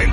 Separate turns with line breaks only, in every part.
El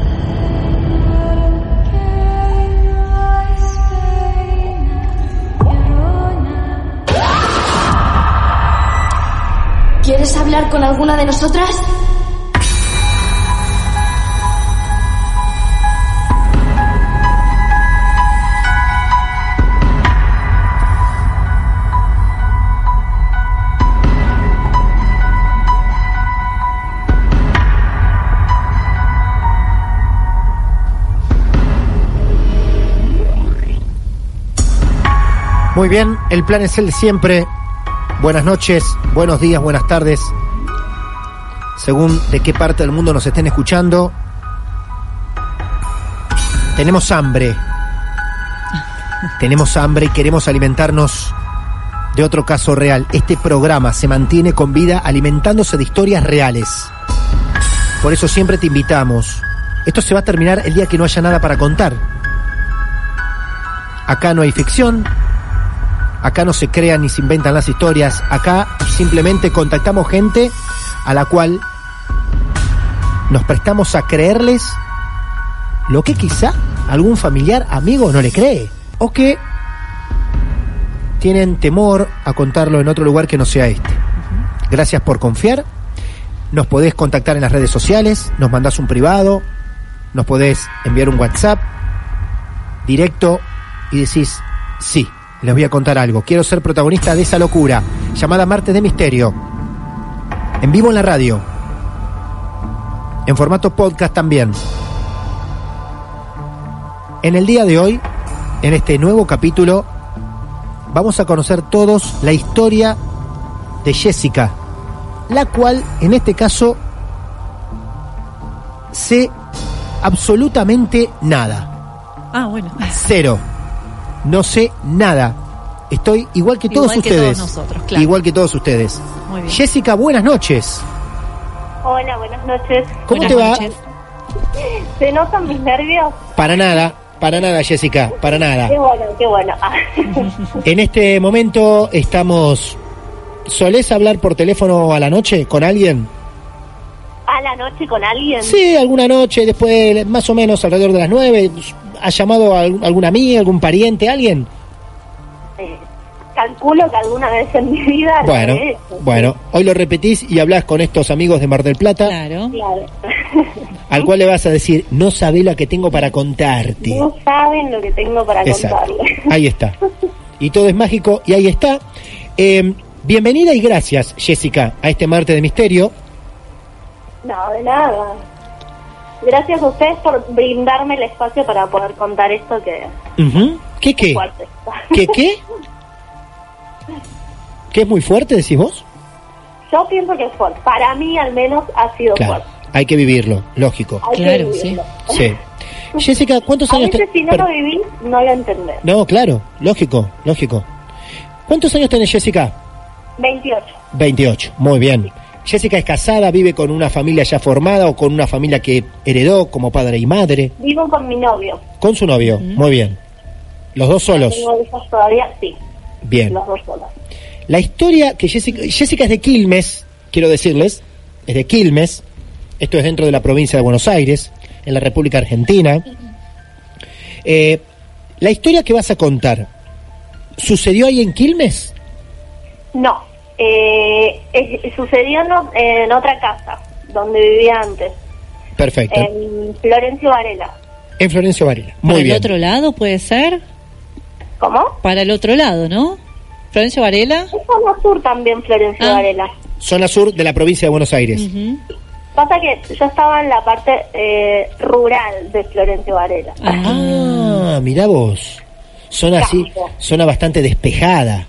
¿Quieres hablar con alguna de nosotras?
Muy bien, el plan es el de siempre. Buenas noches, buenos días, buenas tardes. Según de qué parte del mundo nos estén escuchando. Tenemos hambre. Tenemos hambre y queremos alimentarnos de otro caso real. Este programa se mantiene con vida alimentándose de historias reales. Por eso siempre te invitamos. Esto se va a terminar el día que no haya nada para contar. Acá no hay ficción, Acá no se crean ni se inventan las historias. Acá simplemente contactamos gente a la cual nos prestamos a creerles lo que quizá algún familiar, amigo no le cree. O que tienen temor a contarlo en otro lugar que no sea este. Gracias por confiar. Nos podés contactar en las redes sociales, nos mandás un privado, nos podés enviar un WhatsApp directo y decís, sí, les voy a contar algo. Quiero ser protagonista de esa locura, llamada Martes de Misterio. En vivo en la radio. En formato podcast también. En el día de hoy, en este nuevo capítulo, vamos a conocer todos la historia de Jessica, la cual en este caso sé absolutamente nada.
Ah, bueno.
Cero. No sé nada. Estoy igual que todos
Igual que
ustedes.
todos nosotros, claro.
Igual que todos ustedes.
Muy bien.
Jessica, buenas noches.
Hola, buenas noches.
¿Cómo
Buenas
te va?
noches.
¿Se notan mis nervios?
Para nada, para nada, Jessica, para
Qué
nada.
bueno, qué bueno. Ah,
En este momento estamos. ¿Solés hablar por teléfono a la noche con alguien?
¿A la noche con alguien?
Sí, alguna noche, después, más o menos alrededor de las nueve. ¿Has llamado a algún- alguna amiga, algún pariente, alguien?
Eh, calculo que alguna vez en mi vida. lo
Bueno,
he hecho.
bueno, hoy lo repetís y hablás con estos amigos de Mar del Plata,
Claro.
Claro.
al cual le vas a decir, no sabés la que tengo para contarte.
No saben lo que tengo para
Exacto.
contarles.
Ahí está. Y todo es mágico y ahí está. Eh, bienvenida y gracias, Jessica, a este martes de misterio.
No, de nada. Gracias a ustedes por brindarme el espacio para poder contar esto que
Ujú. ¿Qué qué?
fuerte.
¿Qué qué? ¿Qué es muy fuerte, decís vos?
Yo pienso que es fuerte. Para mí, al menos, ha sido
Claro,
fuerte.
hay que vivirlo, lógico.
Hay que
Claro,
vivirlo.
Sí. Jessica, ¿cuántos
A
años
veces,
te-
si no
per-
lo vivís, no lo entendés.
No, claro, lógico, lógico. ¿Cuántos años tenés, Jessica?
28.
28, muy bien. Jessica es casada, vive con una familia ya formada o con una familia que heredó como padre y madre.
Vivo con mi novio.
Con su novio, muy bien. Los dos solos.
Tengo hijos todavía, sí.
Bien.
Los dos solos.
La historia que Jessica, Jessica es de Quilmes, quiero decirles, es de Quilmes, esto es dentro de la provincia de Buenos Aires, en la República Argentina. Eh, la historia que vas a contar, ¿sucedió ahí en Quilmes?
No, eh, es- sucedió en, o- en otra casa donde vivía antes,
Perfecto.
en Florencio Varela.
en Florencio Varela.
Para
Muy
el
bien.
otro lado puede ser.
¿Cómo?
Para el otro lado, ¿no? Florencio Varela.
Es zona sur también Florencio
Ah.
Varela.
Zona sur de la provincia de Buenos Aires.
Ujú.
Pasa que yo estaba en la parte eh, rural de Florencio Varela.
Ah, mirá vos. Zona así,
Campo.
zona bastante despejada.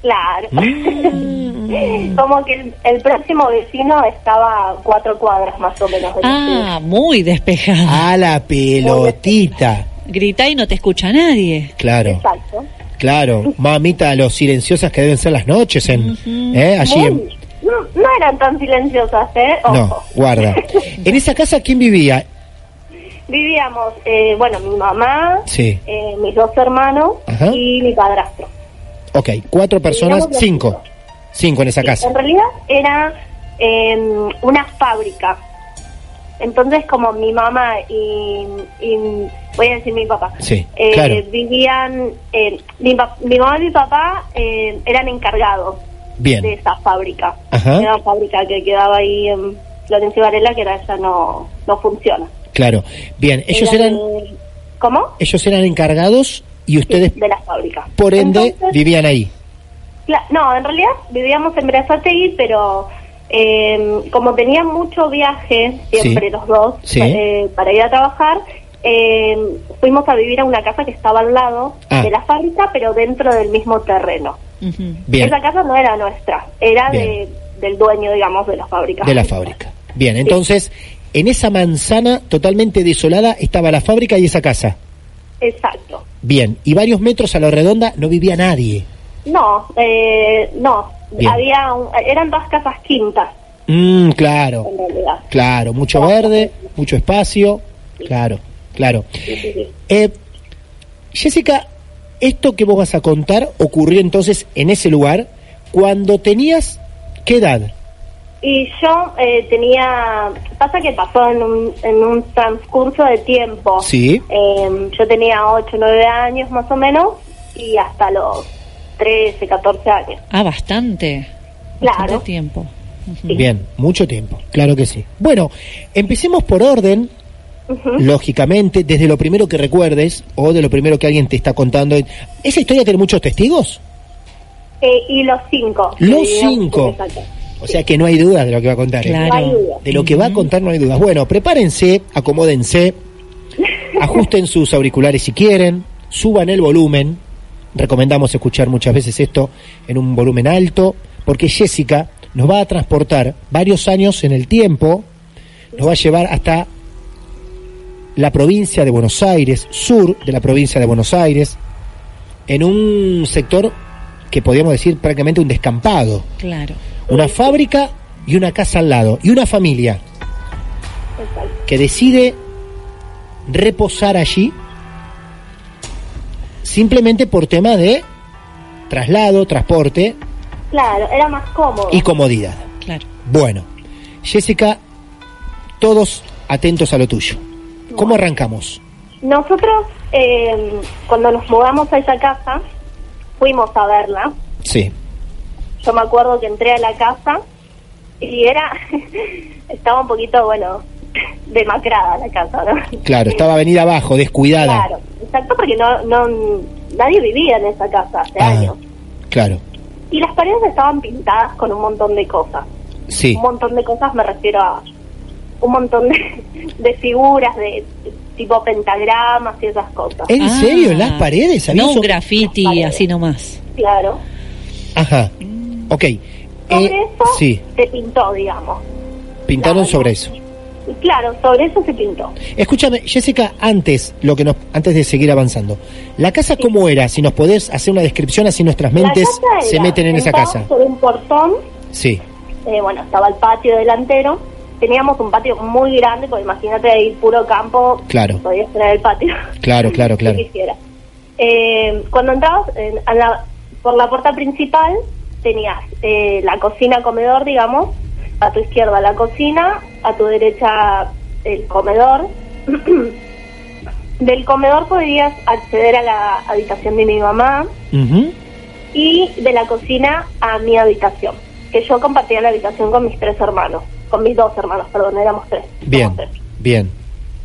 Claro.
Mm.
Como que el, el próximo vecino estaba a cuatro cuadras más o menos. de la ciudad.
Ah, muy despejada.
A la pelotita.
Grita y no te escucha nadie.
Claro,
Exacto.
claro. Mamita, lo silenciosas que deben ser las noches en, ¿eh? allí. en-
Muy- no, no eran tan silenciosas, ¿eh? Ojo.
no, guarda. En esa casa, ¿quién vivía?
Vivíamos, eh, bueno, mi mamá,
Sí.
eh, mis dos hermanos
Ajá.
y mi padrastro.
Ok, cuatro personas,
Vivíamos los
cinco. Cinco en esa casa.
En realidad era eh, una fábrica. Entonces, como mi mamá y, y- voy a decir mi papá,
Sí,
eh,
claro.
vivían, eh, mi, pa- mi mamá y mi papá eh, eran encargados de
Bien.
esa fábrica.
Ajá.
Era una fábrica que quedaba ahí en Florencio Varela, que ahora ya no, no funciona.
Claro. Bien, ellos
Era
eran,
de- ¿Cómo?
ellos eran encargados y
Sí,
ustedes,
de la fábrica.
por ende,
Entonces,
vivían ahí.
Cla- No, en realidad vivíamos en Berazategui, pero eh, como tenía mucho viaje, siempre
Sí.
los dos,
Sí.
eh, para ir a trabajar, eh, fuimos a vivir a una casa que estaba al lado
Ah.
de la fábrica, pero dentro del mismo terreno.
Ujú.
Bien,
Esa casa no era nuestra, era de,
Bien.
del dueño, digamos, de la fábrica.
de la fábrica. Bien, entonces, en esa manzana totalmente desolada estaba la fábrica y esa casa.
Exacto.
Bien, y varios metros a la redonda no vivía nadie.
No, eh, no.
Bien.
Había un- eran dos casas quintas,
Mm, claro,
en realidad.
claro, mucho verde, mucho espacio, claro, claro.
Sí, sí, sí.
Eh, Jessica, esto que vos vas a contar ocurrió entonces en ese lugar cuando tenías qué edad?
Y yo eh, tenía, pasa que pasó en un, en un transcurso de tiempo.
Sí.
Eh, yo tenía 8, 9 años más o menos y hasta los 13, 14 años.
Ah, bastante.
Claro.
Bastante tiempo. Ujú.
Bien, mucho tiempo, claro que sí. Bueno, empecemos por orden, lógicamente, desde lo primero que recuerdes o de lo primero que alguien te está contando. ¿Esa historia tiene muchos testigos?
Eh, y los Eh, 5.
Los cinco. O sea que no hay duda de lo que va a contar. ¿eh?
Claro.
No hay duda.
De lo que va a contar no hay dudas. Bueno, prepárense, acomódense, ajusten sus auriculares si quieren, suban el volumen. Recomendamos escuchar muchas veces esto en un volumen alto, porque Jessica nos va a transportar varios años en el tiempo, nos va a llevar hasta la provincia de Buenos Aires, sur de la provincia de Buenos Aires, en un sector que podríamos decir prácticamente un descampado
Claro.
una fábrica y una casa al lado y una familia que decide reposar allí simplemente por tema de traslado, transporte
Claro, era más cómodo.
y comodidad.
Claro.
Bueno, Jessica, todos atentos a lo tuyo. ¿Cómo arrancamos?
Nosotros, eh, cuando nos mudamos a esa casa, fuimos a verla.
Sí.
Yo me acuerdo que entré a la casa y era, estaba un poquito, bueno, demacrada la casa, ¿no?
Claro, estaba venida abajo, descuidada.
Claro, exacto, porque no, no nadie vivía en esa casa hace
Ah,
años.
claro.
Y las paredes estaban pintadas con un montón de cosas.
Sí.
Un montón de cosas me refiero a un montón de, de figuras, de tipo pentagramas y esas cosas.
¿En
Ah.
serio? ¿En las paredes? ¿Había
No un
eso?
graffiti
Las paredes.
así nomás.
Claro.
Ajá. Ok.
Sobre
Eh,
eso
sí,
se pintó, digamos.
pintaron
Claro.
sobre eso.
Y claro, sobre eso se pintó.
Escúchame, Jessica, antes, lo que nos, antes de seguir avanzando, ¿la casa cómo era? Si nos podés hacer una descripción así nuestras mentes
La casa
se
era
meten en esa
sentada
casa.
Sobre un portón
Sí,
Eh, bueno, estaba el patio delantero. Teníamos un patio muy grande, porque imagínate ahí puro campo.
Claro.
Podías tener el patio.
claro, claro, claro.
Si quisieras. Eh, cuando entrabas en- a la- por la puerta principal, tenías eh, la cocina comedor, digamos, a tu izquierda la cocina, a tu derecha el comedor. Del comedor podrías acceder a la habitación de mi mamá y de la cocina a mi habitación, que yo compartía la habitación con mis tres hermanos, con mis dos hermanos, perdón, éramos tres.
Bien, bien.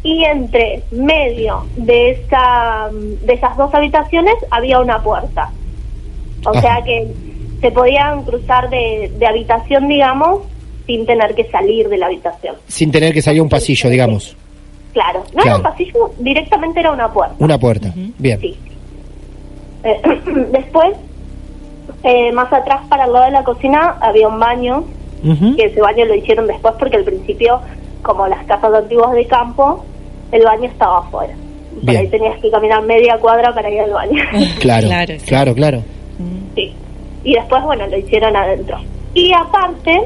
Y entre medio de esa, de esas dos habitaciones había una puerta. O
Ajá.
sea que se podían cruzar de, de habitación, digamos, sin tener que salir de la habitación.
Sin tener que salir a un pasillo, digamos.
Claro, no era
Claro.
un pasillo, directamente era una puerta.
Una puerta. Bien.
Sí. Eh, después, eh, más atrás, para el lado de la cocina, había un baño,
Ujú.
que ese baño lo hicieron después porque al principio, como las casas antiguas de campo, el baño estaba afuera. Por
Bien.
ahí tenías que caminar media cuadra para ir al baño.
Claro,
Claro,
claro,
sí.
claro.
Sí. Y después, bueno, lo hicieron adentro. Y aparte,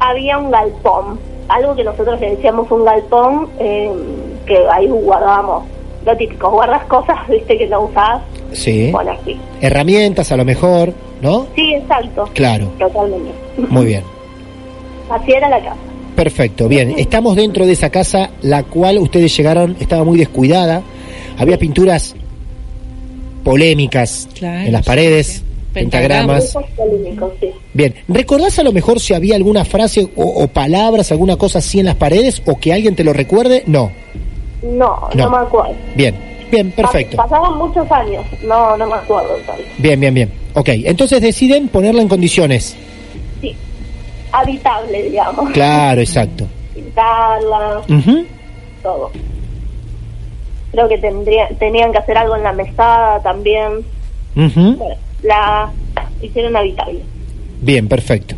había un galpón. Algo que nosotros le decíamos un galpón, eh, que ahí guardábamos. Lo típico, guardas cosas, viste, que no usás.
Sí.
Bueno, aquí.
Herramientas, a lo mejor, ¿no?
Sí, exacto.
Claro.
Totalmente.
Muy bien.
Así era la casa.
Perfecto, bien. Estamos dentro de esa casa, la cual ustedes llegaron, estaba muy descuidada. Había pinturas polémicas
Claro,
en las
sí,
paredes,
sí.
pentagramas.
Eso fue lo único, sí.
Bien, ¿recordás a lo mejor si había alguna frase o, o palabras, alguna cosa así en las paredes o que alguien te lo recuerde? No.
No, no,
No.
me acuerdo.
Bien, bien, perfecto.
Pas- Pasaron Ah, muchos años. No, no me acuerdo. tal.
Bien, bien, bien. Ok, entonces deciden ponerla en condiciones.
Sí. Habitable, digamos.
Claro, exacto.
Pintarla,
Ujú.
todo. Creo que tendría, tenían que hacer algo en la mesada también.
Ujú.
Bueno, la hicieron habitable.
Bien, perfecto.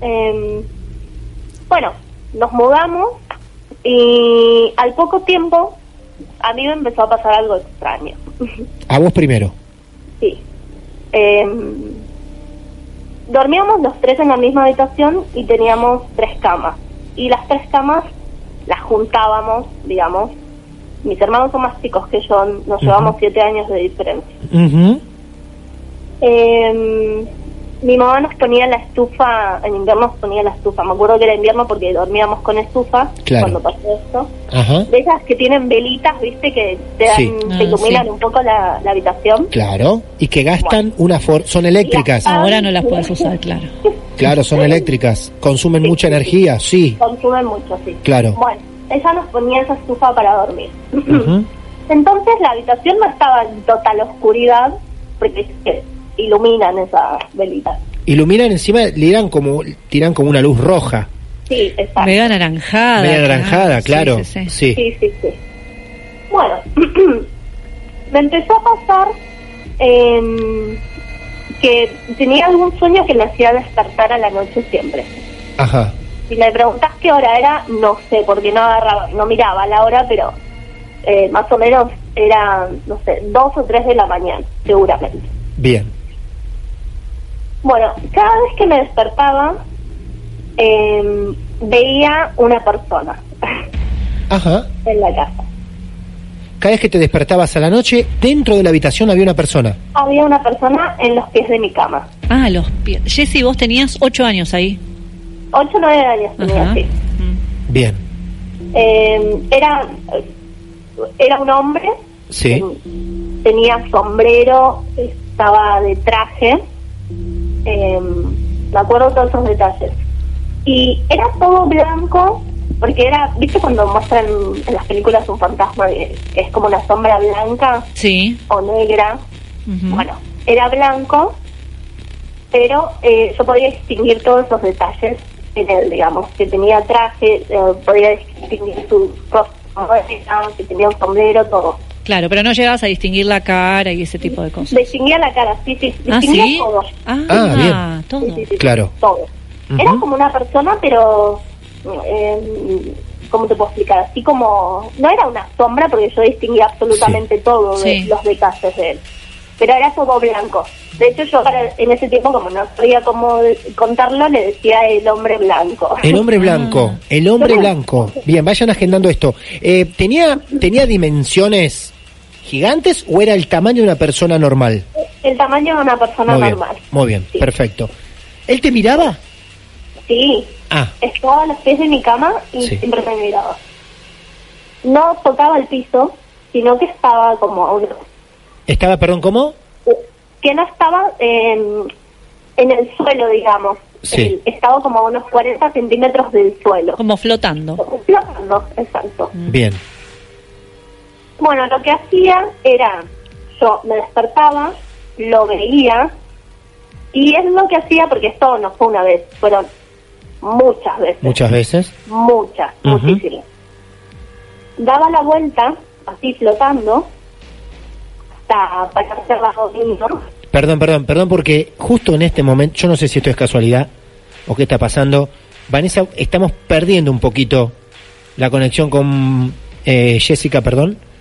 Eh, bueno, nos mudamos y al poco tiempo a mí me empezó a pasar algo extraño.
A vos primero.
Sí. Eh, dormíamos los tres en la misma habitación y teníamos tres camas. Y las tres camas las juntábamos, digamos. Mis hermanos son más chicos que yo, nos llevamos siete años de diferencia.
Ujú.
Eh, mi mamá nos ponía la estufa, en invierno nos ponía la estufa. Me acuerdo que era invierno porque dormíamos con estufa
Claro.
cuando pasó esto.
Ajá.
De esas que tienen velitas, viste, que te, dan,
Sí.
Ah,
te iluminan
sí.
un poco la, la habitación.
Claro. Y que gastan una for... Son eléctricas.
Ahora no las puedes usar, claro.
Claro, son eléctricas. Consumen mucha energía, sí.
Consumen mucho, sí.
Claro.
Bueno, ella nos ponía esa estufa para dormir.
Ujú.
Entonces la habitación no estaba en total oscuridad, porque es que iluminan esas velitas.
Iluminan encima, le tiran como, tiran como una luz roja,
Sí, exacto.
Mega anaranjada.
media anaranjada, claro.
Sí,
Sí,
sí, sí.
Sí, sí, sí. Bueno, me empezó a pasar em, que tenía algún sueño que me hacía despertar a la noche siempre.
Ajá.
Si me preguntas qué hora era, no sé, porque no agarraba, no miraba la hora, pero eh, más o menos era, no sé, dos o tres de la mañana, seguramente.
Bien.
Bueno, cada vez que me despertaba, eh, veía una persona
Ajá.
en la casa.
Cada vez que te despertabas a la noche, dentro de la habitación había una persona.
Había una persona en los pies de mi cama.
Ah, los pies. Jessy, vos tenías ocho años ahí.
Ocho o nueve años tenía,
Ajá.
sí.
Mm.
Bien.
Eh, era, era un hombre,
Sí.
Eh, tenía sombrero, estaba de traje, eh, me acuerdo todos esos detalles. Y era todo blanco, porque era, ¿viste cuando muestran en las películas un fantasma que es como una sombra blanca
Sí.
o negra?
Ujú.
Bueno, era blanco, pero eh, yo podía distinguir todos esos detalles en él, digamos, que tenía traje, eh, podía distinguir su rostro, que tenía un sombrero, todo.
Claro, pero no llegabas a distinguir la cara y ese tipo de cosas.
Distinguía la cara, sí, sí,
Ah,
distinguía
sí.
todo.
Ah,
Ah,
todo.
Sí, sí, sí,
Claro.
Todo. Era
Ujú.
como una persona, pero. eh, ¿Cómo te puedo explicar? Así como. No era una sombra, porque yo distinguía absolutamente todo de
Sí.
los detalles de él. Pero era todo blanco. De hecho, yo para- en ese tiempo, como no sabía cómo de- contarlo, le decía el hombre blanco.
El hombre
Ah.
blanco, el hombre blanco. Bien, vayan agendando esto. Eh, ¿tenía, ¿Tenía dimensiones gigantes o era el tamaño de una persona normal?
El tamaño de una persona
muy bien,
normal.
muy bien,
Sí.
perfecto. ¿Él te miraba?
Sí.
Ah.
Estaba a los pies de mi cama y
Sí.
siempre me miraba. No tocaba el piso, sino que estaba como a unos
Estaba, perdón, ¿cómo?
que no estaba em, en el suelo, digamos.
Sí.
Él estaba como a unos 40 centímetros del suelo.
Como flotando.
Flotando, exacto.
Bien.
Bueno, lo que hacía era, yo me despertaba, lo veía, y es lo que hacía, porque esto no fue una vez, fueron muchas veces,
Muchas veces.
muchas,
Ujú.
muchísimas. Daba la vuelta, así flotando, hasta pasarse al lado mío.
Perdón, perdón, perdón, porque justo en este momento, yo no sé si esto es casualidad o qué está pasando. Vanessa, estamos perdiendo un poquito la conexión con eh, Jessica, perdón.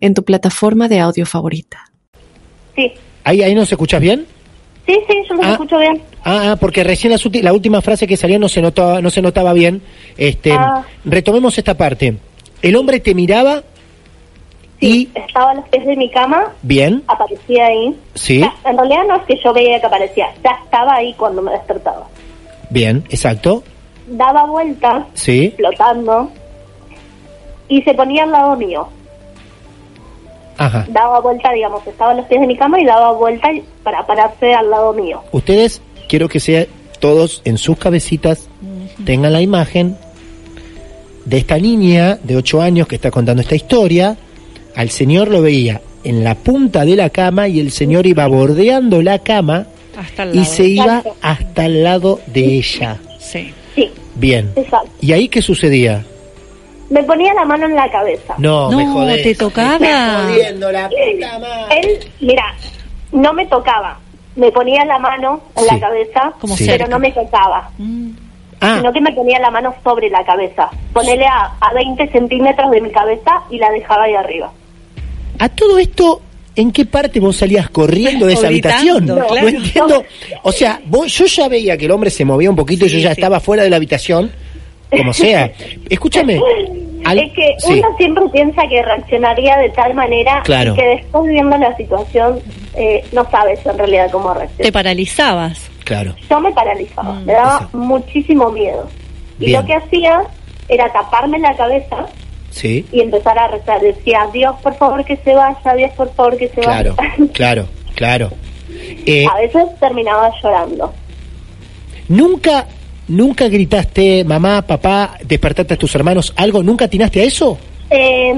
en tu plataforma de audio favorita.
¿ahí, ahí nos escuchás bien?
Sí, sí, yo los
Ah.
escucho bien.
Ah, ah, porque recién las ulti- la última frase que salió no se notaba, no se notaba bien. Este,
Ah.
Retomemos esta parte. El hombre te miraba y...
Estaba a los pies de mi cama,
Bien,
aparecía ahí.
sí,
Ya, En realidad no es que yo veía que aparecía, ya estaba ahí cuando me despertaba.
bien, exacto,
Daba vuelta,
sí.
flotando, y se ponía al lado mío.
Ajá.
Daba vuelta, digamos, estaba a los pies de mi cama y daba vuelta para pararse al lado mío.
Ustedes, quiero que sea todos en sus cabecitas, tengan la imagen de esta niña de 8 años que está contando esta historia. Al señor lo veía en la punta de la cama y el señor iba bordeando la cama
Hasta el
y
lado.
se iba hasta el lado de ella.
Sí.
Sí,
Bien.
exacto.
¿Y ahí qué sucedía?
Me ponía la mano en la cabeza.
No, me
No,
jodés.
te tocaba.
Él, mira, no me tocaba. Me ponía la mano en
Sí.
la cabeza,
Como
Sí.
pero
cerca.
no me tocaba.
Ah,
Sino que me ponía la mano sobre la cabeza. Ponele a, a 20 centímetros de mi cabeza y la dejaba ahí arriba.
a todo esto, ¿en qué parte vos salías corriendo de esa
O gritando,
habitación?
claro.
No entiendo. O sea, vos, yo ya veía que el hombre se movía un poquito y yo
Sí,
ya
sí.
estaba fuera de la habitación, como sea. Escúchame. al-
es que
sí,
uno siempre piensa que reaccionaría de tal manera
Claro.
que después viendo la situación eh, no sabes en realidad cómo
Te
reaccionar.
paralizabas.
claro.
Yo me paralizaba, me daba
Exacto.
muchísimo miedo. Y
Ah, Bien.
lo que hacía era taparme la cabeza
Sí,
y empezar a rezar. Decía, Dios, por favor que se vaya, Dios, por favor que se
claro,
vaya.
claro, claro. Eh,
a veces terminaba llorando.
¿Nunca, nunca gritaste, mamá, papá, despertaste a tus hermanos, algo? ¿Nunca atinaste a eso?
Eh,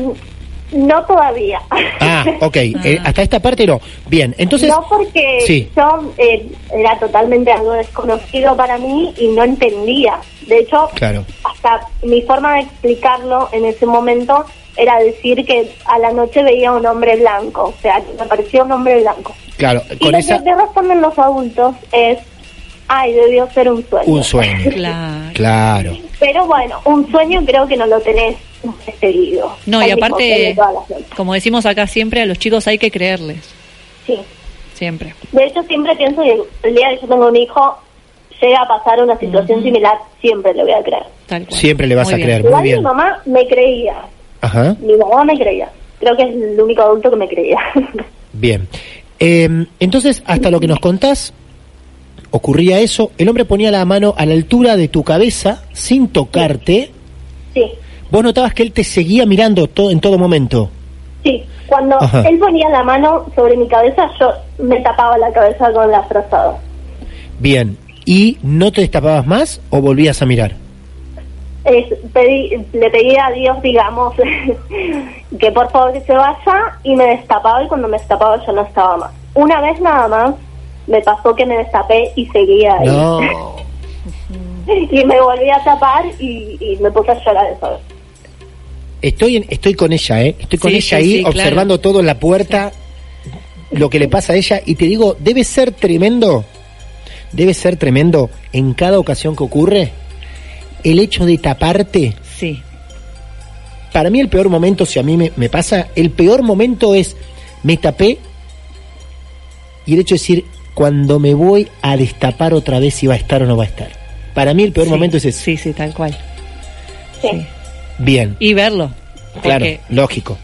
no todavía.
Ah, ok. eh, hasta esta parte no. Bien, entonces...
no porque
Sí.
yo eh, era totalmente algo desconocido para mí y no entendía. De hecho,
Claro.
hasta mi forma de explicarlo en ese momento era decir que a la noche veía un hombre blanco, o sea, que me parecía un hombre blanco.
Claro,
y
con
lo
esa...
que te responden los adultos es, ay, debió ser un sueño.
Un sueño.
Claro.
Claro.
Pero bueno, un sueño creo que no lo tenés seguido.
No,
Hay
y
que
aparte,
cogerlo todas las noches.
como decimos acá siempre, a los chicos hay que creerles.
Sí.
Siempre.
De hecho, siempre pienso que el día que yo tengo un hijo, llega a pasar una situación similar, siempre le voy a creer.
Tal cual.
Siempre le vas
Muy
a
bien.
creer. Muy
Igual mi
bien.
mamá me creía,
Ajá.
mi mamá me creía. Creo que es el único adulto que me creía.
Bien. Eh, entonces, hasta lo que nos contás, ocurría eso. El hombre ponía la mano a la altura de tu cabeza, sin tocarte.
sí,
Vos notabas que él te seguía mirando to- en todo momento.
sí. Cuando
Ajá.
él ponía la mano sobre mi cabeza, yo me tapaba la cabeza con las trazadas.
Bien. ¿Y no te destapabas más o volvías a mirar?
Es- pedí- le pedí a Dios, digamos, que por favor que se vaya y me destapaba y cuando me destapaba yo no estaba más. Una vez nada más me pasó que me destapé y seguía ahí.
No.
Y me volví a tapar y, y me puse a llorar esa vez.
Estoy, en- estoy con ella, ¿eh? Estoy con
Sí,
ella
sí,
ahí,
sí, claro.
observando todo en la puerta, lo que le pasa a ella, y te digo, debe ser tremendo debe ser tremendo en cada ocasión que ocurre el hecho de taparte.
Sí.
Para mí el peor momento, si a mí me, me pasa, el peor momento es me tapé y el hecho de decir cuando me voy a destapar otra vez si va a estar o no va a estar. Para mí el peor
Sí,
momento es ese.
Sí, sí, tal cual. Sí.
Bien,
Y verlo.
claro,
Porque
lógico.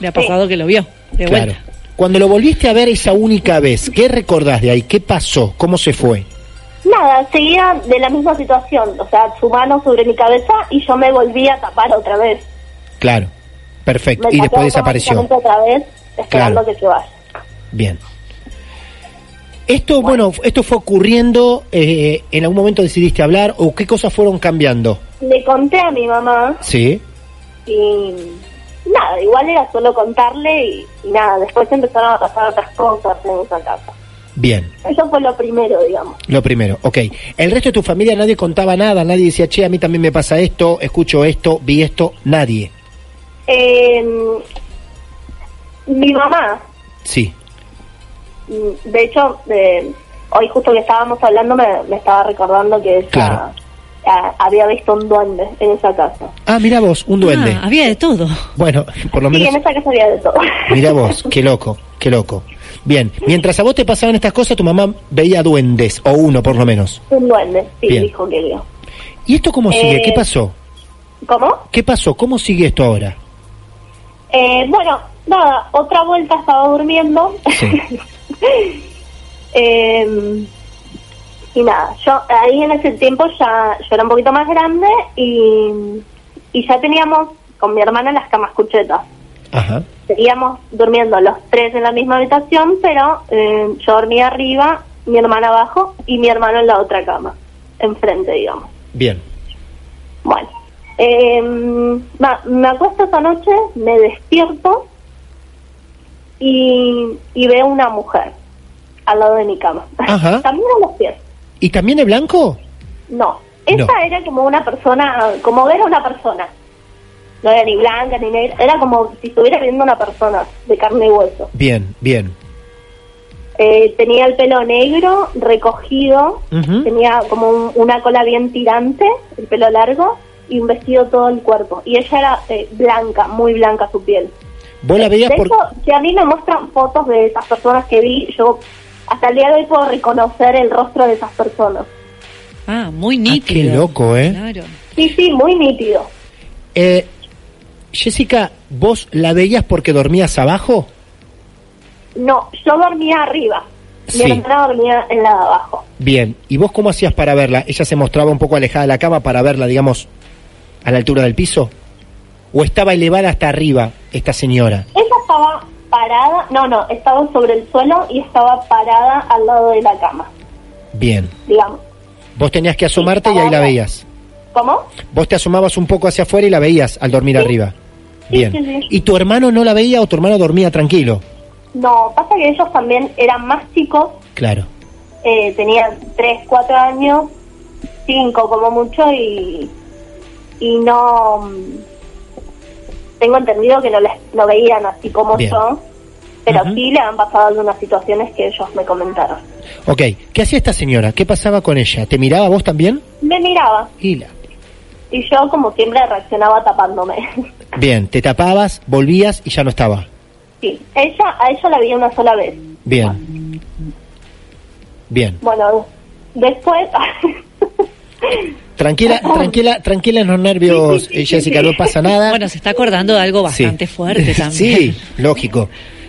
le ha pasado que lo vio. De
Claro.
vuelta.
Cuando lo volviste a ver esa única vez, ¿qué recordás de ahí? ¿Qué pasó? ¿Cómo se fue?
Nada, seguía de la misma situación, o sea, su mano sobre mi cabeza y yo me volví a tapar otra vez.
Claro, perfecto.
Me
Y
tapé
después desapareció.
automáticamente otra vez, esperando
Claro.
que se vaya.
Bien. Esto, bueno, esto fue ocurriendo, eh, en algún momento decidiste hablar o qué cosas fueron cambiando.
Le conté a mi mamá
Sí,
y nada, igual era solo contarle y, y nada, después empezaron a pasar otras cosas en esa casa.
bien,
Eso fue lo primero, digamos.
lo primero, ok. El resto de tu familia nadie contaba nada, nadie decía, che, a mí también me pasa esto, escucho esto, vi esto, nadie.
Eh, mi mamá,
Sí,
mm, de hecho, eh, hoy justo que estábamos hablando me, me estaba recordando que ella
Claro.
ah, había visto un duende en esa casa.
Ah, mira vos, un duende.
Ah, había de todo.
Bueno, por lo
Sí,
menos...
en esa casa había de todo.
Mira vos, qué loco, qué loco. Bien, mientras a vos te pasaban estas cosas, tu mamá veía duendes, o uno por lo menos.
Un duende, sí,
Bien.
dijo que vio.
¿Y esto cómo sigue?
Eh,
¿Qué pasó?
¿Cómo?
¿Qué pasó? ¿Cómo sigue esto ahora?
Eh, bueno, nada, otra vuelta estaba durmiendo. Eh, y nada, yo ahí en ese tiempo ya yo era un poquito más grande y, y ya teníamos con mi hermana las camas cuchetas.
Ajá.
Seguíamos durmiendo los tres en la misma habitación, pero eh, yo dormía arriba, mi hermana abajo y mi hermano en la otra cama, enfrente, digamos.
Bien.
Bueno, eh, va, me acuesto esa noche, me despierto y, y veo una mujer al lado de mi cama.
Ajá.
También a los pies.
¿Y también de blanco?
No, esa
No.
era como una persona, como ver a una persona. No era ni blanca ni negra, era como si estuviera viendo una persona de carne y hueso.
Bien, bien.
Eh, tenía el pelo negro, recogido,
Ujú.
tenía como un- una cola bien tirante, el pelo largo y un vestido todo el cuerpo. Y ella era eh, blanca, muy blanca su piel.
Vos la veías
de
por...
hecho, si a mí me muestran fotos de esas personas que vi, yo hasta el día de hoy puedo reconocer el rostro de esas personas.
Ah, muy
Ah,
nítido.
qué loco, ¿eh?
Claro.
Sí, sí, muy nítido.
Eh, Jessica, ¿vos la veías porque dormías abajo?
No, yo dormía arriba.
Sí.
Mi hermana dormía en la de abajo.
Bien. ¿Y vos cómo hacías para verla? ¿Ella se mostraba un poco alejada de la cama para verla, digamos, a la altura del piso? ¿O estaba elevada hasta arriba esta señora?
Ella estaba parada, no, no, estaba sobre el suelo y estaba parada al lado de la cama,
Bien.
digamos.
Vos tenías que asomarte y ahí la veías.
¿Cómo?
Vos te asomabas un poco hacia afuera y la veías al dormir arriba.
Sí,
Bien.
sí, sí.
¿Y tu hermano no la veía o tu hermano dormía tranquilo?
No, pasa que ellos también eran más chicos,
Claro.
eh, tenían 3, 4 años, 5 como mucho y, y no... mm, Tengo entendido que no les no veían así como
Bien.
yo, pero
Ujú.
sí le han pasado algunas situaciones que ellos me comentaron.
Ok, ¿qué hacía esta señora? ¿Qué pasaba con ella? ¿Te miraba vos también?
Me miraba
Y la-
y yo como siempre reaccionaba tapándome.
Bien, te tapabas, volvías y ya no estaba.
sí, ella, a ella la vi una sola vez.
Bien. Bien.
Bueno, después...
Tranquila, tranquila, tranquila en los nervios, eh, Jessica, no pasa nada.
Bueno, se está acordando de algo
Sí.
bastante fuerte también.
Sí, lógico.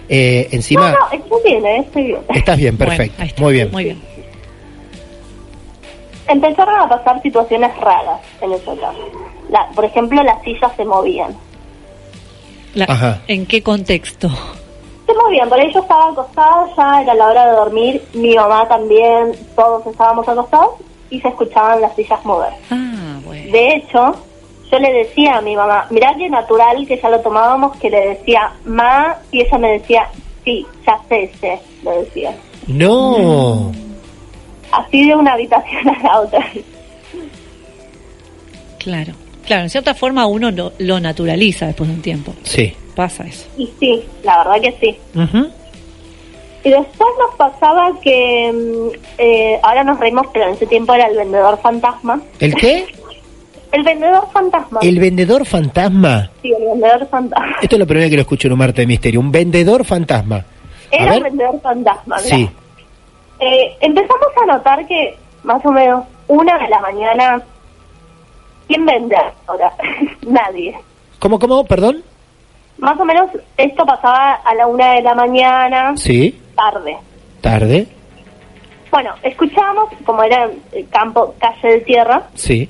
Eh,
no,
encima,
no, estoy bien, eh, estoy bien.
estás bien,
Bueno,
perfecto.
ahí está.
muy bien.
Muy bien.
Empezaron a pasar situaciones raras en esa casa. La- por ejemplo, las sillas se movían.
La-
Ajá.
¿En qué contexto?
Se movían, por ello estaba acostada, ya era la hora de dormir, mi mamá también, todos estábamos acostados y se escuchaban las sillas mover.
Ah, bueno.
De hecho, yo le decía a mi mamá, mirá que natural que ya lo tomábamos, que le decía ma y ella me decía, sí, ya sé, sé, le decía.
No.
Así de una habitación a la otra.
Claro. Claro, en cierta forma uno lo, lo naturaliza después de un tiempo.
Sí.
Pasa eso.
Y sí, la verdad que sí.
Ujú.
Y después nos pasaba que eh, ahora nos reímos, pero en ese tiempo era el vendedor fantasma.
¿El qué?
el vendedor fantasma.
¿El vendedor fantasma?
Sí, el vendedor fantasma.
Esto es lo primero que lo escucho en un martes de misterio. Un vendedor fantasma. A
Era
ver.
un vendedor fantasma. mirá.
Sí.
Eh, empezamos a notar que más o menos una de la mañana, ¿quién vende ahora? Nadie.
¿Cómo, cómo? Perdón.
Más o menos esto pasaba a la una de la mañana,
Sí.
tarde.
Tarde.
Bueno, escuchábamos, como era el campo, calle de tierra,
Sí.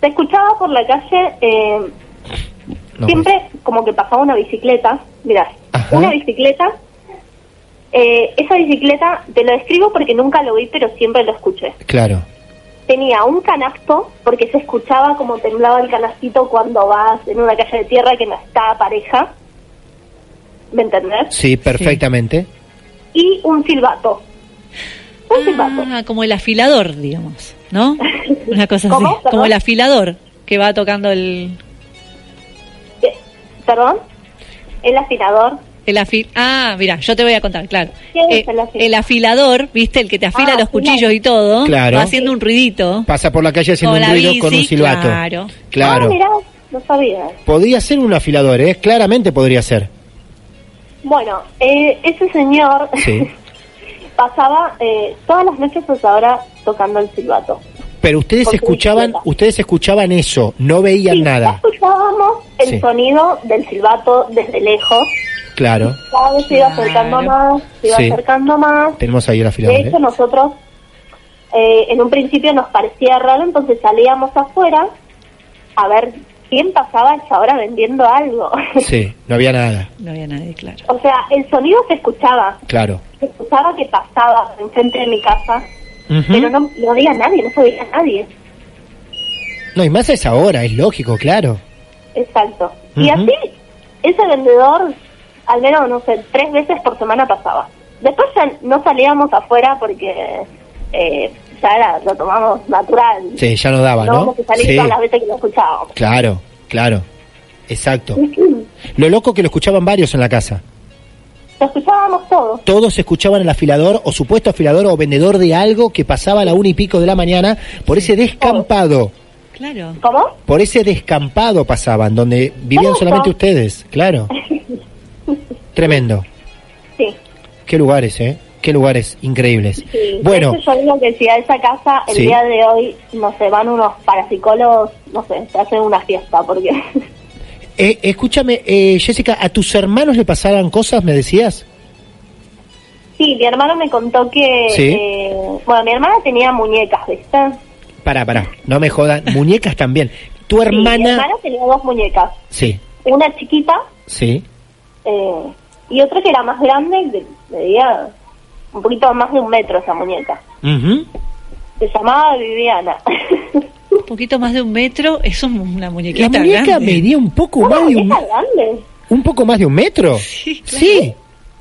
se escuchaba por la calle, eh,
No,
siempre como que pasaba una bicicleta, mirá,
Ajá.
una bicicleta, eh, esa bicicleta, te lo describo porque nunca lo vi, pero siempre lo escuché.
Claro.
tenía un canasto porque se escuchaba como temblaba el canastito cuando vas en una calle de tierra que no está pareja. ¿Me entendés?
Sí, perfectamente.
Y un silbato.
Mm.
Un silbato.
Ah, como el afilador, digamos, ¿no? Una cosa
¿Cómo?
así. Como
Perdón.
el afilador que va tocando el.
Eh, ¿Perdón? El afinador.
el afi ah, mira, yo te voy a contar, claro. Eh,
¿Qué es el afilador?
El afilador, ¿viste? El que te afila
Ah,
los
claro.
cuchillos y todo.
Claro.
Va haciendo un ruidito.
Pasa por la calle haciendo
Con
un
la
ruido
bici,
con un silbato.
claro.
Claro.
Ah, mirá, no sabía.
Podría ser un afilador, ¿eh? Claramente podría ser.
Bueno, eh, ese señor
Sí.
pasaba eh, todas las noches hasta ahora tocando el silbato.
Pero ustedes
Con su
escuchaban,
bicicleta.
ustedes escuchaban eso, no veían
Sí,
nada.
Escuchábamos el
Sí.
sonido del silbato desde lejos.
Claro.
Cada vez se iba acercando
Claro.
más, se iba
Sí.
acercando más.
Tenemos ahí el
De
afilador. ¿eh?
hecho, nosotros eh, en un principio nos parecía raro, entonces salíamos afuera a ver quién pasaba a esa hora vendiendo algo.
Sí, no había nada.
No había nadie, claro.
o sea, el sonido se escuchaba,
Claro.
se escuchaba que pasaba enfrente de mi casa,
Ujú.
pero no no había nadie, no se veía nadie.
No, y más a esa hora, es lógico, claro.
Exacto. Y
Ujú.
así, ese vendedor, al menos, no sé, tres veces por semana pasaba. Después ya no salíamos afuera porque eh, ya era- lo tomamos natural.
Sí, ya no daba,
no
¿no?
vamos a salir
Sí,
todas las veces que lo escuchábamos.
claro, claro. Exacto. Lo loco que lo escuchaban varios en la casa.
Lo escuchábamos todos.
Todos escuchaban el afilador o supuesto afilador o vendedor de algo que pasaba a la una y pico de la mañana por ese descampado.
Claro.
¿Cómo?
Por ese descampado pasaban, donde vivían
Hermoso.
solamente ustedes, claro. Tremendo.
Sí.
Qué lugares, ¿eh? Qué lugares increíbles.
sí.
Bueno,
De hecho, yo digo que si a esa casa el
Sí.
día de hoy, no sé, van unos parapsicólogos, no sé, se hacen una fiesta porque
eh, escúchame, eh, Jessica, ¿a tus hermanos le pasaban cosas, me decías?
Sí, mi hermano me contó que...
Sí.
eh, bueno, mi hermana tenía muñecas, ¿viste?
Pará, pará, no me jodan. Muñecas también. Tu
Sí, mi
hermana...
hermana tenía dos muñecas.
Sí,
Una chiquita
sí.
eh, y otra que era más grande, que medía un poquito más de un metro esa muñeca.
Ujú.
Se llamaba Viviana.
Un poquito más de un metro, es un- una muñequita.
La muñeca
grande.
medía un poco
¿Una
más de un,
muñeca grande?
un poco más de un metro.
Sí, claro.
Sí.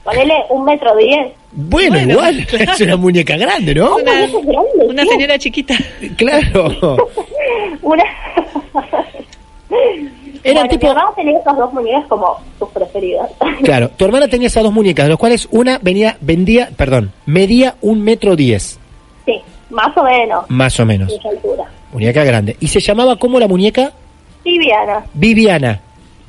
Ponele un metro diez.
Bueno,
Bueno,
igual
claro.
es una muñeca grande, ¿no?
Una-
muñeca grande,
una
sí.
señora chiquita.
Claro.
Una.
Era
Bueno,
tipo-
Mi hermana tenía esas dos muñecas como sus preferidas.
Claro, tu hermana tenía esas dos muñecas, de las cuales una venía, vendía, perdón, medía un metro diez,
sí, más o menos.
más o menos.
De esa altura.
Muñeca grande. Y se llamaba como la muñeca
Viviana.
Viviana.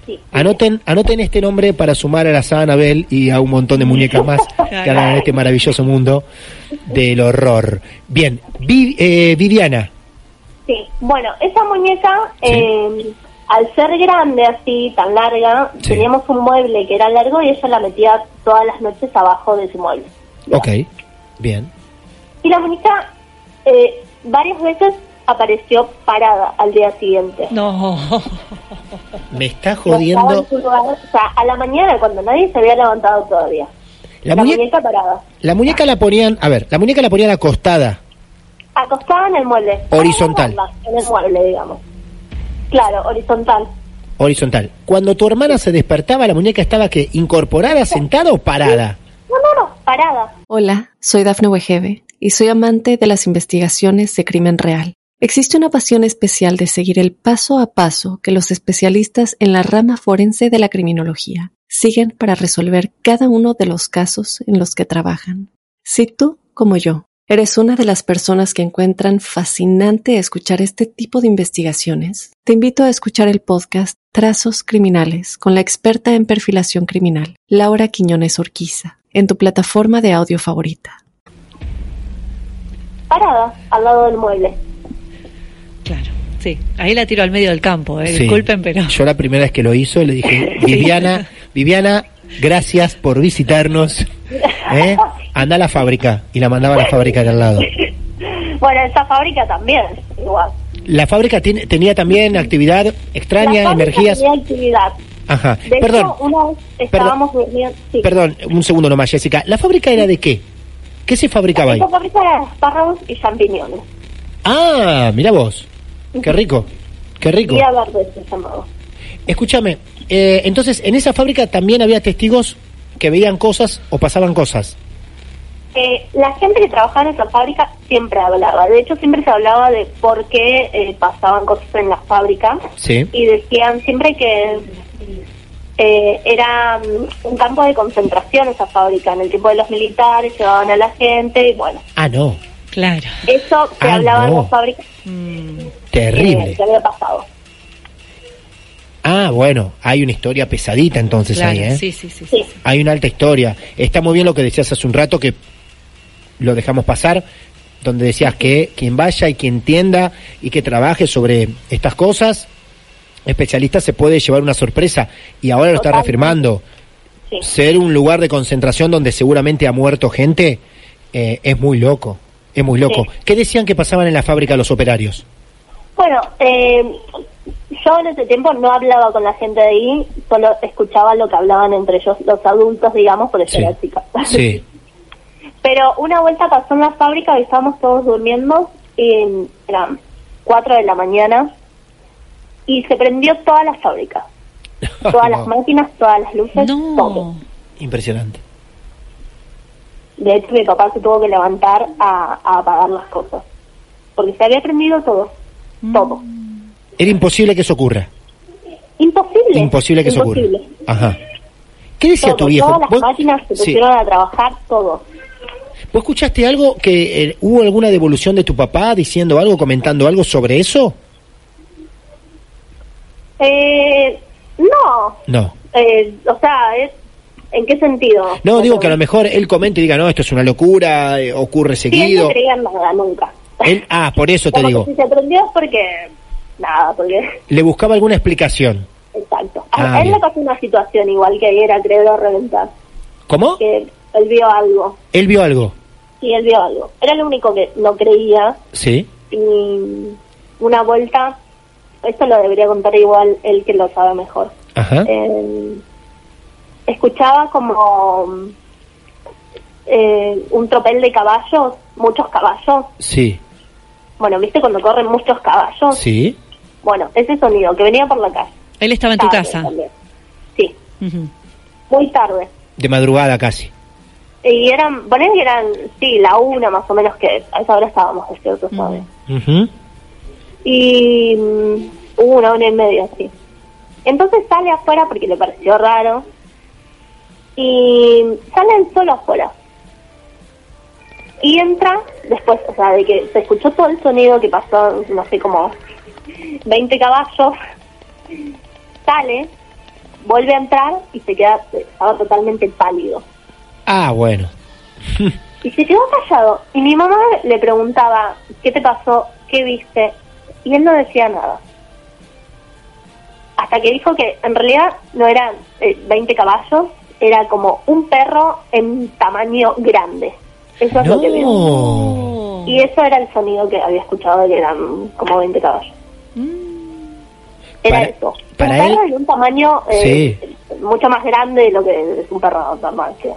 Sí.
Anoten, anoten este nombre para sumar a la saga Anabel y a un montón de muñecas más que andan en este maravilloso mundo del horror. Bien, Vi- eh, Viviana.
Sí. Bueno, esa muñeca,
Sí.
eh, al ser grande así, tan larga,
Sí.
teníamos un mueble que era largo y ella la metía todas las noches abajo de ese mueble.
Ok, bien.
Y la muñeca eh, varias veces apareció parada al día siguiente.
No.
Me está
No estaba
jodiendo.
en su lugar, o sea, a la mañana cuando nadie se había levantado todavía.
La,
la
muñe-
muñeca parada.
la muñeca la ponían, a ver, la muñeca la ponían acostada.
Acostada en el mueble.
Horizontal.
En el mueble, digamos. Claro, horizontal.
Horizontal. Cuando tu hermana se despertaba, la muñeca estaba que incorporada, sentada o parada.
No, no, no, parada.
Hola, soy Dafne Wegebe y soy amante de las investigaciones de crimen real. Existe una pasión especial de seguir el paso a paso que los especialistas en la rama forense de la criminología siguen para resolver cada uno de los casos en los que trabajan. Si tú, como yo, eres una de las personas que encuentran fascinante escuchar este tipo de investigaciones, te invito a escuchar el podcast Trazos Criminales con la experta en perfilación criminal, Laura Quiñones Orquiza, en tu plataforma de audio favorita.
Parada, al lado del mueble.
Claro, sí. Ahí la tiro al medio del campo, ¿eh? disculpen, pero...
Yo la primera vez que lo hizo le dije, Viviana, Viviana, gracias por visitarnos. ¿eh? Anda a la fábrica. Y la mandaba a la fábrica de al lado.
Bueno, esa fábrica también, igual.
La fábrica tiene- tenía también actividad extraña,
La fábrica
energías...
tenía actividad.
Ajá,
De hecho,
perdón,
una vez estábamos durmiendo... Sí.
perdón, un segundo nomás, Jessica. ¿La fábrica era de qué? ¿Qué se fabricaba ahí?
Esa fábrica era espárragos y champiñones.
Ah, mira vos. Qué rico, qué rico.
Y a verde se llamaba.
Escúchame, eh, entonces en esa fábrica también había testigos que veían cosas o pasaban cosas.
Eh, la gente que trabajaba en esa fábrica siempre hablaba. De hecho, siempre se hablaba de por qué eh, pasaban cosas en la fábrica.
Sí.
Y decían siempre que eh, era mm, un campo de concentración esa fábrica. En el tiempo de los militares llevaban a la gente y bueno.
Ah, no,
Claro.
Eso se
Ah,
hablaba en
no.
la fábrica eh,
terrible.
que había pasado.
Ah, bueno, hay una historia pesadita entonces
claro,
ahí, ¿eh?
sí, sí, sí, sí.
Sí.
Hay una alta historia. Está muy bien lo que decías hace un rato que lo dejamos pasar, donde decías que quien vaya y quien tienda y que trabaje sobre estas cosas, especialista se puede llevar una sorpresa. Y ahora lo está
Totalmente.
reafirmando.
Sí.
Ser un lugar de concentración donde seguramente ha muerto gente eh, es muy loco. Es muy loco.
Sí.
¿Qué decían que pasaban en la fábrica los operarios?
Bueno, eh, yo en ese tiempo no hablaba con la gente de ahí, solo escuchaba lo que hablaban entre ellos, los adultos, digamos, por eso
Sí.
era chica.
Sí.
Pero una vuelta pasó en la fábrica y estábamos todos durmiendo, y eran 4 de la mañana, y se prendió toda la fábrica. Todas las máquinas, todas las luces, todo.
No.
Impresionante.
De hecho, mi papá se tuvo que levantar a, a apagar las cosas. Porque se había prendido todo. Todo.
Era imposible que eso ocurra.
Imposible.
Imposible que eso ocurra.
Imposible.
Ajá. ¿Qué decía
Todo,
tu viejo?
Todas las
¿Vos-
máquinas se
Sí.
pusieron a trabajar, todo.
¿Vos escuchaste algo que eh, hubo alguna devolución de tu papá diciendo algo, comentando algo sobre eso?
Eh, no,
No.
eh, o sea, es, ¿en qué sentido?
No, digo que a lo mejor él comenta y diga, no, esto es una locura, eh, ocurre
Sí, él no
seguido.
creía en nada, nunca.
Él- ah, por eso te
Como
digo.
que si se prendió es porque... Nada, porque...
Le buscaba alguna explicación.
Exacto.
Ah,
A a él
bien.
le pasó una situación igual que era, creo, reventar.
¿Cómo?
Que él vio algo.
Él vio algo.
Sí, él vio algo. Era lo único que no creía.
Sí.
Y una vuelta... Esto lo debería contar igual él que lo sabe mejor.
Ajá.
eh, escuchaba como eh, un tropel de caballos, muchos caballos.
Sí.
Bueno, ¿viste cuando corren muchos caballos?
Sí.
Bueno, ese sonido que venía por la calle.
Él estaba en tu
Tarde
casa.
también. Sí,
Ujú.
muy tarde.
De madrugada casi.
Y eran, ponen que eran, sí, la una más o menos que a esa hora estábamos despiertos ¿sabes?
Ujú.
Y mm, hubo una una y media, sí. Entonces sale afuera porque le pareció raro. Y sale el sol afuera. Y entra después, o sea, de que se escuchó todo el sonido que pasó, no sé, como 20 caballos. Sale, vuelve a entrar y se queda, estaba totalmente pálido.
Ah, bueno.
Y se quedó callado. Y mi mamá le preguntaba, ¿qué te pasó? ¿Qué viste? Y él no decía nada. Hasta que dijo que en realidad no eran eh, 20 caballos, era como un perro en tamaño grande. Eso es lo que vio.
No.
Y eso era el sonido que había escuchado de que eran como 20 caballos. Era
Para-
eso.
para
un perro
él-
de un tamaño eh, mucho más grande de lo que es un perro normal. creo.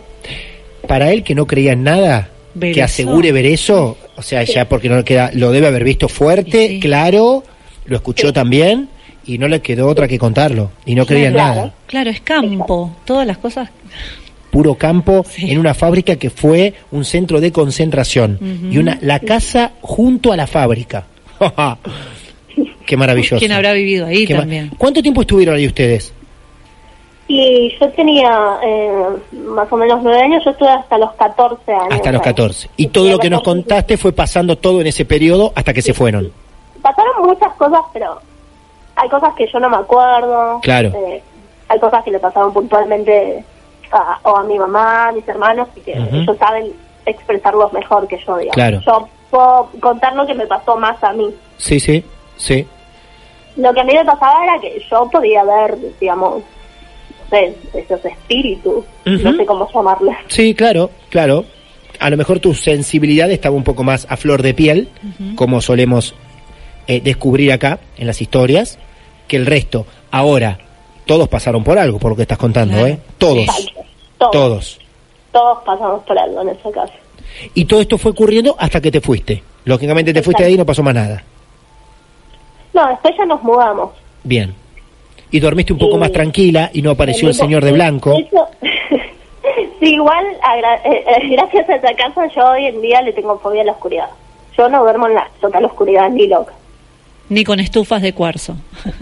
Para él que no creía en nada,
Ver
que
eso.
asegure ver eso, o sea, ya porque no le queda, lo debe haber visto fuerte,
Y sí.
claro, lo escuchó también y no le quedó otra que contarlo y no creía en
Claro.
nada.
Claro, es campo. Todas las cosas.
Puro campo
Sí.
en una fábrica que fue un centro de concentración y una la casa junto a la fábrica. Qué maravilloso.
¿Quién habrá vivido ahí
Qué ma-
también?
¿Cuánto tiempo estuvieron ahí ustedes?
Y yo tenía eh, más o menos nueve años, yo estuve hasta los 14 años.
Hasta los
ahí.
14. Y todo lo que nos contaste fue pasando todo en ese periodo hasta que se fueron.
Pasaron muchas cosas, pero hay cosas que yo no me acuerdo.
Claro.
Eh, hay cosas que le pasaron puntualmente a, o a mi mamá, a mis hermanos, y que
Ujú.
ellos saben expresarlos mejor que yo, digamos.
Claro.
Yo puedo contar lo que me pasó más a mí.
Sí, sí, sí.
Lo que a mí me pasaba era que yo podía ver, digamos, no sé, esos espíritus, no
Ujú.
sé cómo llamarles.
Sí, claro, claro. A lo mejor tu sensibilidad estaba un poco más a flor de piel, como solemos eh, descubrir acá en las historias, que el resto. Ahora, todos pasaron por algo, por lo que estás contando, ¿eh? Todos,
Todos, todos,
todos.
pasamos por algo en esa casa.
Y todo esto fue ocurriendo hasta que te fuiste. Lógicamente te fuiste de ahí y no pasó más nada.
No, después ya nos mudamos.
Bien. Y dormiste un poco más tranquila y no apareció el señor de blanco.
Eso- sí, igual, agra- eh, eh, gracias a esa casa, yo hoy en día le tengo fobia a la oscuridad. Yo no duermo en la total oscuridad ni loca.
Ni con estufas de cuarzo.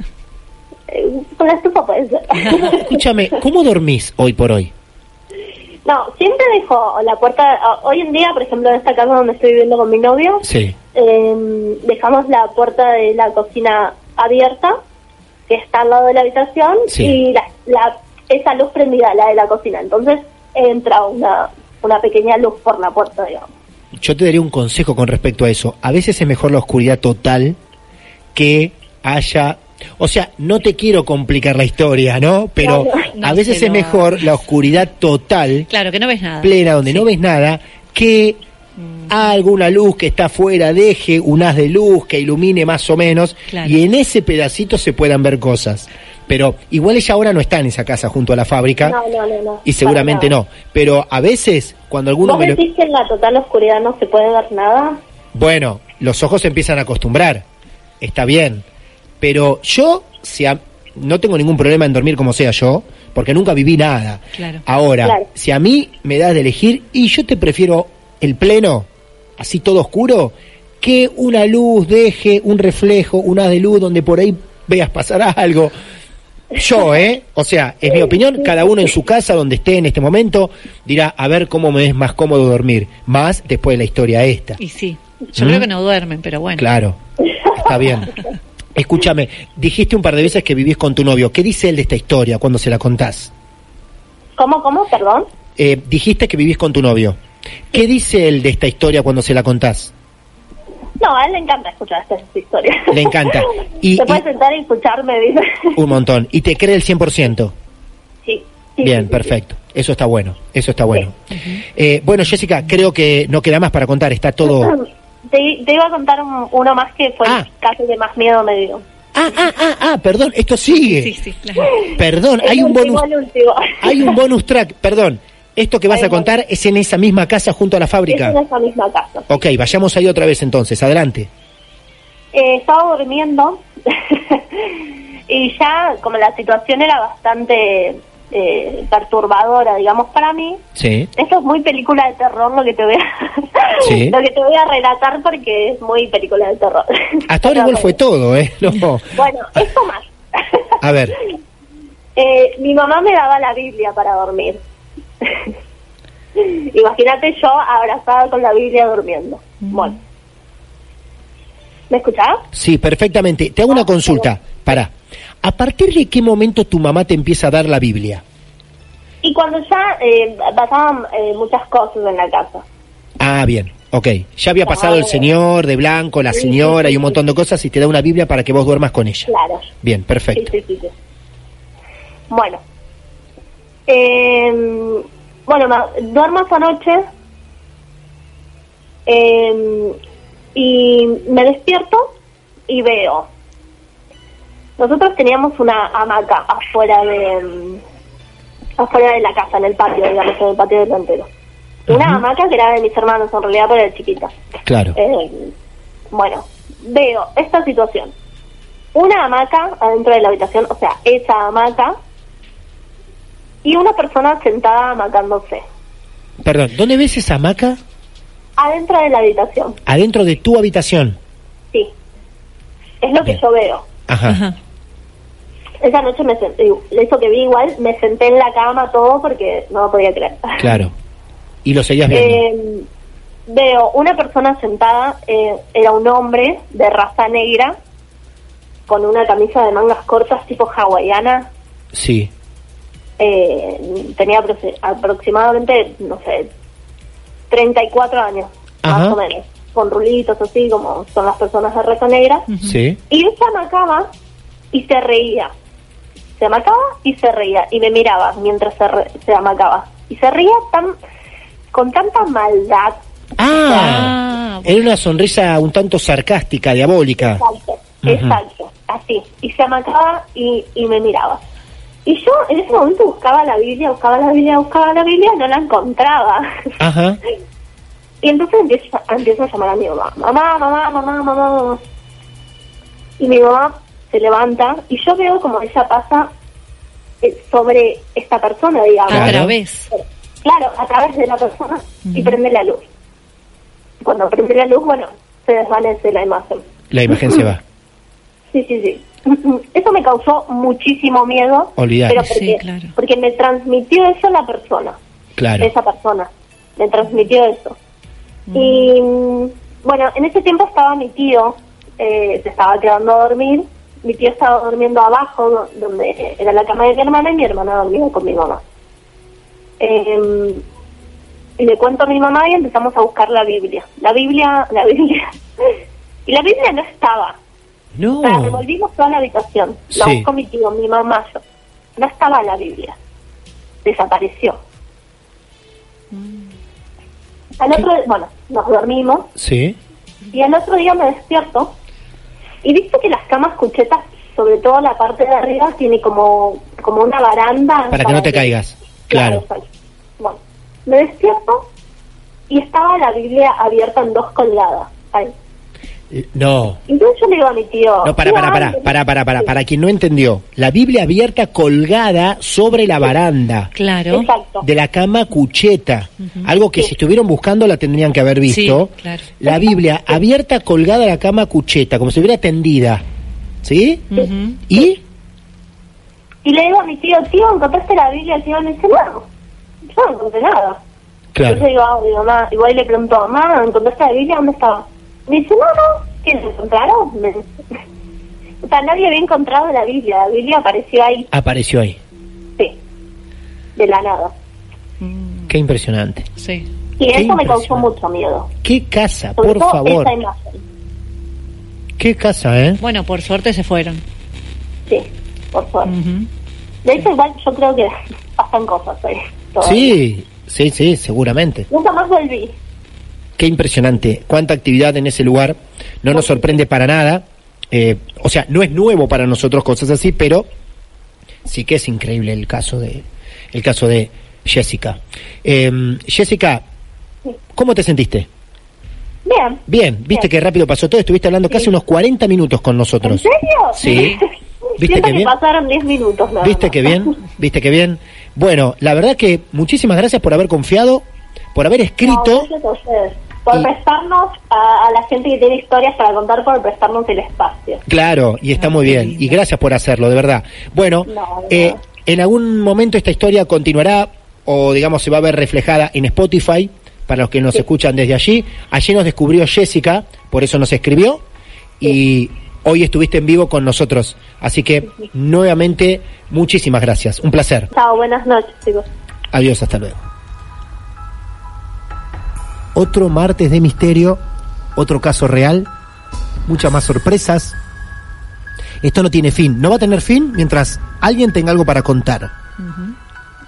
Eh, Con la estufa puede ser.
Escúchame, ¿cómo dormís hoy por hoy?
no, siempre dejo la puerta. ah, Hoy en día, por ejemplo, en esta casa donde estoy viviendo con mi novio,
Sí.
eh, dejamos la puerta de la cocina abierta, que está al lado de la habitación,
Sí.
y la, la- esa luz prendida, la de la cocina. Entonces entra una, una pequeña luz por la puerta, digamos.
Yo te daría un consejo con respecto a eso. A veces es mejor la oscuridad total que haya... O sea, no te quiero complicar la historia, ¿no? Pero
Claro. No,
a
es
veces
que
es
no.
mejor la oscuridad total,
Claro, que no ves nada.
plena, donde no ves nada, que
Mm.
alguna luz que está afuera deje un haz de luz que ilumine más o menos
Claro.
y en ese pedacito se puedan ver cosas. Pero igual ella ahora no está en esa casa junto a la fábrica
No, no, no, no.
y seguramente
Para
no. Pero a veces cuando alguno
¿Vos
me lo-
decís que en la total oscuridad no se puede ver nada?
Bueno, los ojos se empiezan a acostumbrar. Está bien. Pero yo, si a- no tengo ningún problema en dormir como sea yo, porque nunca viví nada.
Claro.
Ahora,
Claro.
si a mí me das de elegir, y yo te prefiero el pleno, así todo oscuro, que una luz deje un reflejo, una de luz donde por ahí veas pasar algo. Yo, ¿eh? O sea, es mi opinión, cada uno en su casa, donde esté en este momento, dirá, a ver cómo me es más cómodo dormir, más después de la historia esta.
Y sí. Yo
¿Mm?
creo que no duermen, pero bueno.
Claro, está bien. Escúchame, dijiste un par de veces que vivís con tu novio. ¿Qué dice él de esta historia cuando se la contás?
¿Cómo, cómo? Perdón.
Eh, dijiste que vivís con tu novio. ¿Qué dice él de esta historia cuando se la contás?
No, a él le encanta escuchar estas historias.
Le encanta. Y-
se puede
y-
sentar y escucharme, dice.
Un montón. ¿Y te cree el 100%?
sí, sí, sí,
Bien,
sí.
perfecto. Eso está bueno. Eso está bueno. Eh, bueno, Jessica, creo que no queda más para contar. Está todo.
Te, te iba a contar un- uno más que fue
Ah.
casi de más miedo me dio.
Ah, ah, ah, ah, perdón, esto
Sí,
sigue.
sí, claro.
Perdón, hay
El
un
último,
bonus.
el último.
Hay un bonus track, perdón. Esto que vas
Hay
a
un bonus.
contar es en esa misma casa junto a la fábrica.
Es en esa misma casa.
Ok, vayamos ahí otra vez entonces, adelante.
Eh, estaba durmiendo y ya como la situación era bastante eh, perturbadora, digamos, para mí,
Sí.
Esto es muy película de terror lo que te voy a,
Sí.
lo que te voy a relatar porque es muy película de terror.
Hasta ahora
Pero
igual fue
bueno.
todo, ¿eh? No.
Bueno, esto más.
A ver,
Eh, mi mamá me daba la Biblia para dormir. Imagínate yo abrazada con la Biblia durmiendo.
Mm.
Bueno. ¿Me escuchás?
sí, perfectamente. Te hago una consulta. Pará. ¿A partir de qué momento tu mamá te empieza a dar la Biblia?
Y cuando ya eh, pasaban eh, muchas cosas en la casa.
Ah, bien. Ok. Ya había pasado
Ah.
el señor de blanco, la señora y un montón de cosas y te da una Biblia para que vos duermas con ella.
Claro.
Bien,
Sí,
perfecto.
sí, sí, sí. Bueno. Eh, bueno, ma- duermo esa noche eh, y me despierto y veo. Nosotros teníamos una hamaca afuera de mm, afuera de la casa, en el patio, digamos, en el patio delantero. Una hamaca que era de mis hermanos, en realidad, pero era chiquita.
Claro.
Eh, bueno, veo esta situación. Una hamaca adentro de la habitación, o sea, esa hamaca, y una persona sentada hamacándose.
Perdón, ¿dónde ves esa hamaca?
Adentro de la habitación,
Adentro de tu habitación.
sí. Es lo que
Bien.
yo veo.
Ajá.
Esa noche me senté, eso que vi igual, me senté en la cama todo porque no lo podía creer.
Claro. Y lo seguías viendo.
Eh, veo una persona sentada, eh, era un hombre de raza negra, con una camisa de mangas cortas tipo hawaiana,
sí.
eh, tenía aproxi- aproximadamente, no sé, 34 años,
Ajá.
más o menos, con rulitos así como son las personas de raza negra,
Sí.
y él se amacaba y se reía, se amacaba y se reía, y me miraba mientras se, re- se amacaba, y se reía tan con tanta maldad
Ah, era una sonrisa un tanto sarcástica, diabólica.
Exacto, exacto, así. Y se amacaba y, y me miraba. Y yo en ese momento buscaba la Biblia, buscaba la Biblia, buscaba la Biblia, no la encontraba.
Ajá.
Y entonces empiezo, empiezo a llamar a mi mamá, mamá, mamá, mamá, mamá, mamá. Y mi mamá se levanta y yo veo como ella pasa eh, sobre esta persona, digamos.
A través.
Claro, a través de la persona y prende la luz. Cuando prende la luz, bueno, se desvanece la imagen.
La imagen se va.
Sí, sí, sí. Eso me causó muchísimo miedo.
Olvidate.
Pero porque,
Sí, claro.
porque me transmitió eso la persona,
Claro.
esa persona. Me transmitió eso. Y mm, bueno, en ese tiempo estaba mi tío, eh, se estaba quedando a dormir. Mi tío estaba durmiendo abajo, do- donde era la cama de mi hermana, y mi hermana dormía con mi mamá. Eh, y le cuento a mi mamá y empezamos a buscar la Biblia. La Biblia, la Biblia. y la Biblia no estaba.
No.
O sea, revolvimos toda la habitación. La
Sí.
buscó mi tío, mi mamá, yo. No estaba la Biblia. Desapareció.
Mm.
Al otro, bueno, nos dormimos
Sí.
y al otro día me despierto y viste que las camas cuchetas, sobre todo la parte de arriba, tiene como, como una baranda.
Para que no te caigas. Claro.
exacto. Bueno, me despierto y estaba la Biblia abierta en dos colgadas. Ahí.
Eh, No.
Y Entonces yo le digo a mi tío...
No, para,
"Tío,
para, para,
ábrele".
para, para, para, para quien no entendió. La Biblia abierta colgada sobre la baranda
Claro.
Exacto.
de la cama cucheta. Algo que si estuvieron buscando la tendrían que haber visto.
Sí, claro.
La Biblia abierta colgada a la cama cucheta, como si hubiera tendida. ¿Sí?
Ujú.
¿Y?
Y le digo a mi tío, tío, ¿encontraste la Biblia? El tío me dice, no, yo no encontré nada. Entonces digo, ah, mi mamá, igual le pregunto, mamá, ¿encontraste la Biblia? ¿Dónde estaba? Me dice, no, no, ¿quién la encontraron? Me dice. o sea, nadie había encontrado la Biblia, la Biblia apareció ahí,
Apareció ahí.
sí, de la nada.
Qué impresionante.
Sí.
Y
Qué
eso me causó
impresionante.
mucho miedo.
Qué casa,
Sobre
por
todo
favor.
esa imagen,
Qué casa, ¿eh?
Bueno, por suerte se fueron.
sí, por favor.
Mm.
Ujú.
De hecho, igual yo creo que pasan cosas ahí. todavía.
Sí, sí, sí, seguramente.
Nunca más volví.
Qué impresionante. Cuánta actividad en ese lugar. No nos sorprende para nada. Eh, o sea, no es nuevo para nosotros cosas así, pero sí que es increíble el caso de el caso de Jessica. Eh, Jessica, ¿cómo te sentiste?
Bien.
Bien, viste que rápido pasó todo. Estuviste hablando casi unos 40 minutos con
¿En
nosotros.
serio?
Sí.
Siento
¿Viste que
que,
bien?
pasaron 10 minutos. nada
¿Viste
más.
que bien? ¿Viste que bien? Bueno, la verdad que muchísimas gracias por haber confiado, por haber
No,
escrito.
gracias a ustedes. Por
Y-
prestarnos a, a la gente que tiene historias para contar, por prestarnos el espacio.
Claro, y está muy bien. Y gracias por hacerlo, de verdad. Bueno,
No,
eh,
no.
en algún momento esta historia continuará o digamos se va a ver reflejada en Spotify para los que nos escuchan desde allí. Allí nos descubrió Jessica, por eso nos escribió y hoy estuviste en vivo con nosotros. Así que nuevamente muchísimas gracias. Un placer.
Chao, buenas noches, chicos.
Adiós, hasta luego. Otro martes de misterio, otro caso real, muchas más sorpresas. Esto no tiene fin, no va a tener fin mientras alguien tenga algo para contar.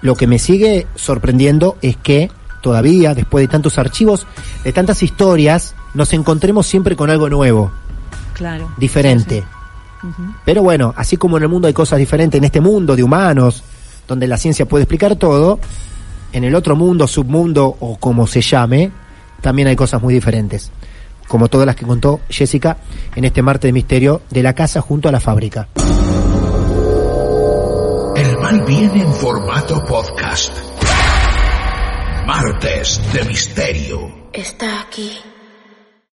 Lo que me sigue sorprendiendo es que todavía, después de tantos archivos, de tantas historias, nos encontremos siempre con algo nuevo
Claro.
diferente. Pero bueno, así como en el mundo hay cosas diferentes, en este mundo de humanos, donde la ciencia puede explicar todo, en el otro mundo, submundo o como se llame, también hay cosas muy diferentes. Como todas las que contó Jessica en este martes de misterio de la casa junto a la fábrica.
El mal viene en formato podcast. Martes de Misterio.
Está aquí.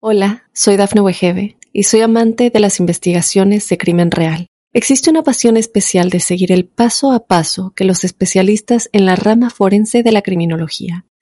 Hola, soy Dafne Wegebe y soy amante de las investigaciones de crimen real. Existe una pasión especial de seguir el paso a paso que los especialistas en la rama forense de la criminología